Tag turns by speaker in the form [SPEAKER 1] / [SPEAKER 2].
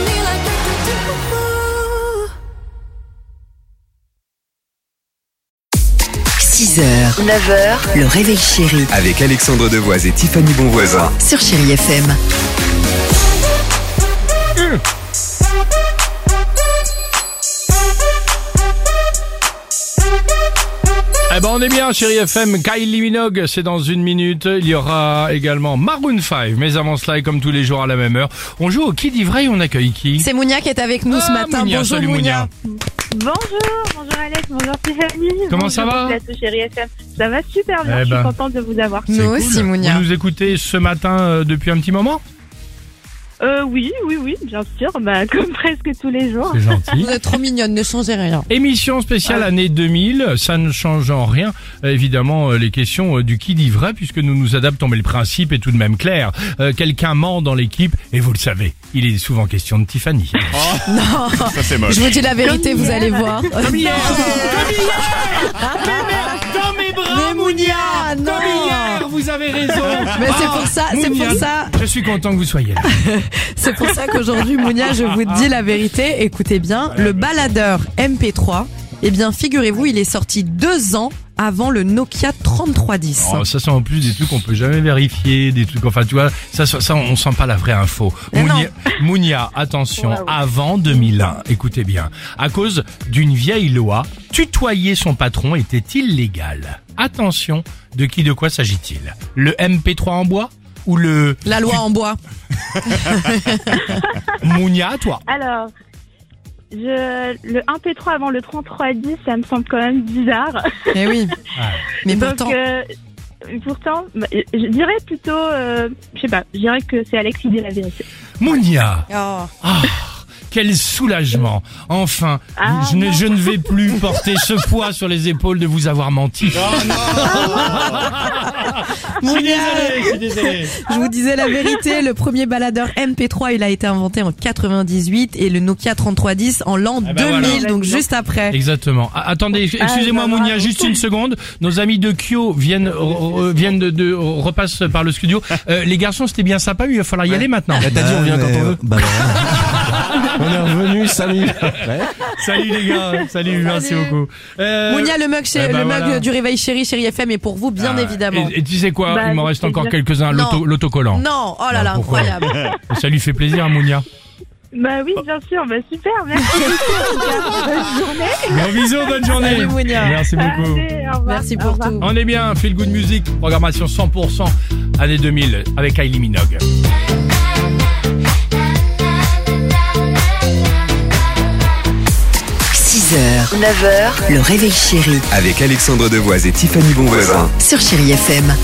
[SPEAKER 1] me like we could do. Ooh.
[SPEAKER 2] 6h, 9h, le réveil chéri
[SPEAKER 3] Avec Alexandre Devoise et Tiffany Bonvoisin.
[SPEAKER 2] sur Chérie FM.
[SPEAKER 4] Eh ben on est bien, chérie FM. Kylie Minogue, c'est dans une minute. Il y aura également Maroon 5. Mais avant cela, et comme tous les jours à la même heure, on joue au qui dit vrai et on accueille qui
[SPEAKER 5] C'est Mounia qui est avec nous
[SPEAKER 1] Euh,
[SPEAKER 5] ce
[SPEAKER 4] Ah,
[SPEAKER 5] matin.
[SPEAKER 4] Mounia,
[SPEAKER 5] Bonjour
[SPEAKER 4] salut Mounia.
[SPEAKER 6] Bonjour, bonjour Alex, bonjour Stéphanie.
[SPEAKER 4] Comment
[SPEAKER 6] bonjour
[SPEAKER 4] ça va
[SPEAKER 6] plateau Chéri FM. Ça va super bien,
[SPEAKER 4] Eh
[SPEAKER 6] je suis
[SPEAKER 4] ben.
[SPEAKER 6] contente de vous avoir.
[SPEAKER 5] Nous
[SPEAKER 4] C'est
[SPEAKER 5] aussi
[SPEAKER 4] cool.
[SPEAKER 5] Mounia.
[SPEAKER 4] Vous nous écoutez ce matin euh, depuis un petit moment
[SPEAKER 6] Euh, oui, oui, oui, bien sûr, bah, comme presque tous les jours.
[SPEAKER 4] C'est gentil.
[SPEAKER 5] Vous êtes trop mignonne, ne changez rien.
[SPEAKER 4] Émission
[SPEAKER 5] Ah.
[SPEAKER 4] spéciale année 2000, ça ne change en rien euh, évidemment euh, les questions euh, du qui dit vrai puisque nous nous adaptons mais le principe est tout de même clair. Euh, Quelqu'un ment dans l'équipe et vous le savez, il est souvent question de Tiffany.
[SPEAKER 5] Je vous dis la vérité, vous allez voir. Comme hier
[SPEAKER 4] dans mes
[SPEAKER 5] Mais Mounia, Ah, non
[SPEAKER 4] vous avez raison.
[SPEAKER 5] Mais c'est pour ça, c'est pour ça,
[SPEAKER 4] Je suis content que vous soyez là.
[SPEAKER 5] c'est pour ça qu'aujourd'hui Mounia, je vous dis la vérité. Écoutez bien, le baladeur MP3, eh bien figurez-vous, il est sorti deux ans avant le Nokia 3310.
[SPEAKER 4] Oh, ça, c'est en plus des trucs qu'on peut jamais vérifier, des trucs. Enfin, tu vois, ça, ça, ça, on sent pas la vraie info.
[SPEAKER 5] Mais non.
[SPEAKER 4] Mounia, Mounia, attention, avant 2001, écoutez bien, à cause d'une vieille loi, tutoyer son patron était illégal. Attention, de qui, de quoi s'agit-il Le MP3 en bois ou le
[SPEAKER 5] La loi en bois.
[SPEAKER 4] Mounia, toi
[SPEAKER 6] Alors, je, le 1P3 avant le 3310, ça me semble quand même bizarre.
[SPEAKER 5] Eh oui. Mais
[SPEAKER 6] Donc,
[SPEAKER 5] pourtant,
[SPEAKER 6] euh, pourtant, bah, je- je dirais plutôt, euh, je sais pas, je dirais que c'est Alex qui dit la vérité.
[SPEAKER 4] Mounia
[SPEAKER 5] Oh.
[SPEAKER 4] Ah, quel soulagement Enfin,
[SPEAKER 6] Ah,
[SPEAKER 4] je, ne,
[SPEAKER 6] non.
[SPEAKER 4] je ne vais plus porter ce poids sur les épaules de vous avoir menti.
[SPEAKER 5] Mounia, Je vous disais la vérité, le premier baladeur MP3, il a été inventé en 98 et le Nokia 3310 en l'an
[SPEAKER 4] Ah bah
[SPEAKER 5] 2000,
[SPEAKER 4] voilà.
[SPEAKER 5] donc juste après.
[SPEAKER 4] Exactement. Ah, attendez, ex-
[SPEAKER 6] Ah,
[SPEAKER 4] excusez-moi
[SPEAKER 6] ça va,
[SPEAKER 4] Mounia,
[SPEAKER 6] bravo.
[SPEAKER 4] juste une seconde. Nos amis de Kyo viennent re- re- viennent de, de- euh, repassent par le studio. Euh, les garçons, c'était bien sympa, il va falloir y aller maintenant.
[SPEAKER 7] Bah, T'as dit on vient quand on veut. on est revenu 5 minutes.
[SPEAKER 4] Salut les gars, salut, merci beaucoup. Euh,
[SPEAKER 5] Mounia, le mug, chez-
[SPEAKER 4] eh ben
[SPEAKER 5] le mug
[SPEAKER 4] voilà.
[SPEAKER 5] du réveil chéri, chéri FM est pour vous, bien
[SPEAKER 4] ah,
[SPEAKER 5] évidemment.
[SPEAKER 4] Et, et tu sais quoi,
[SPEAKER 6] Bah,
[SPEAKER 4] il m'en
[SPEAKER 6] avec
[SPEAKER 4] reste encore
[SPEAKER 6] plaisir.
[SPEAKER 4] quelques-uns,
[SPEAKER 5] Non.
[SPEAKER 4] l'auto- l'autocollant.
[SPEAKER 5] Non, oh là
[SPEAKER 4] Non,
[SPEAKER 5] là,
[SPEAKER 4] Bah, pourquoi
[SPEAKER 5] incroyable.
[SPEAKER 4] Ça lui fait plaisir, hein, Mounia.
[SPEAKER 6] Bah
[SPEAKER 4] Oh.
[SPEAKER 6] oui, bien sûr, bah super, merci. beaucoup, en tout cas. Bonne journée.
[SPEAKER 4] Bon bisous, bonne journée.
[SPEAKER 5] Salut, Mounia.
[SPEAKER 4] Merci beaucoup.
[SPEAKER 6] Allez, au revoir.
[SPEAKER 5] Merci
[SPEAKER 6] Au
[SPEAKER 5] pour
[SPEAKER 6] revoir.
[SPEAKER 5] tout.
[SPEAKER 4] On est bien, feel good music, programmation 100% année 2000 avec Kylie Minogue.
[SPEAKER 2] h 9h, le réveil chéri
[SPEAKER 3] Avec Alexandre Devoise et Tiffany Bonvoisin.
[SPEAKER 2] sur Chérie FM.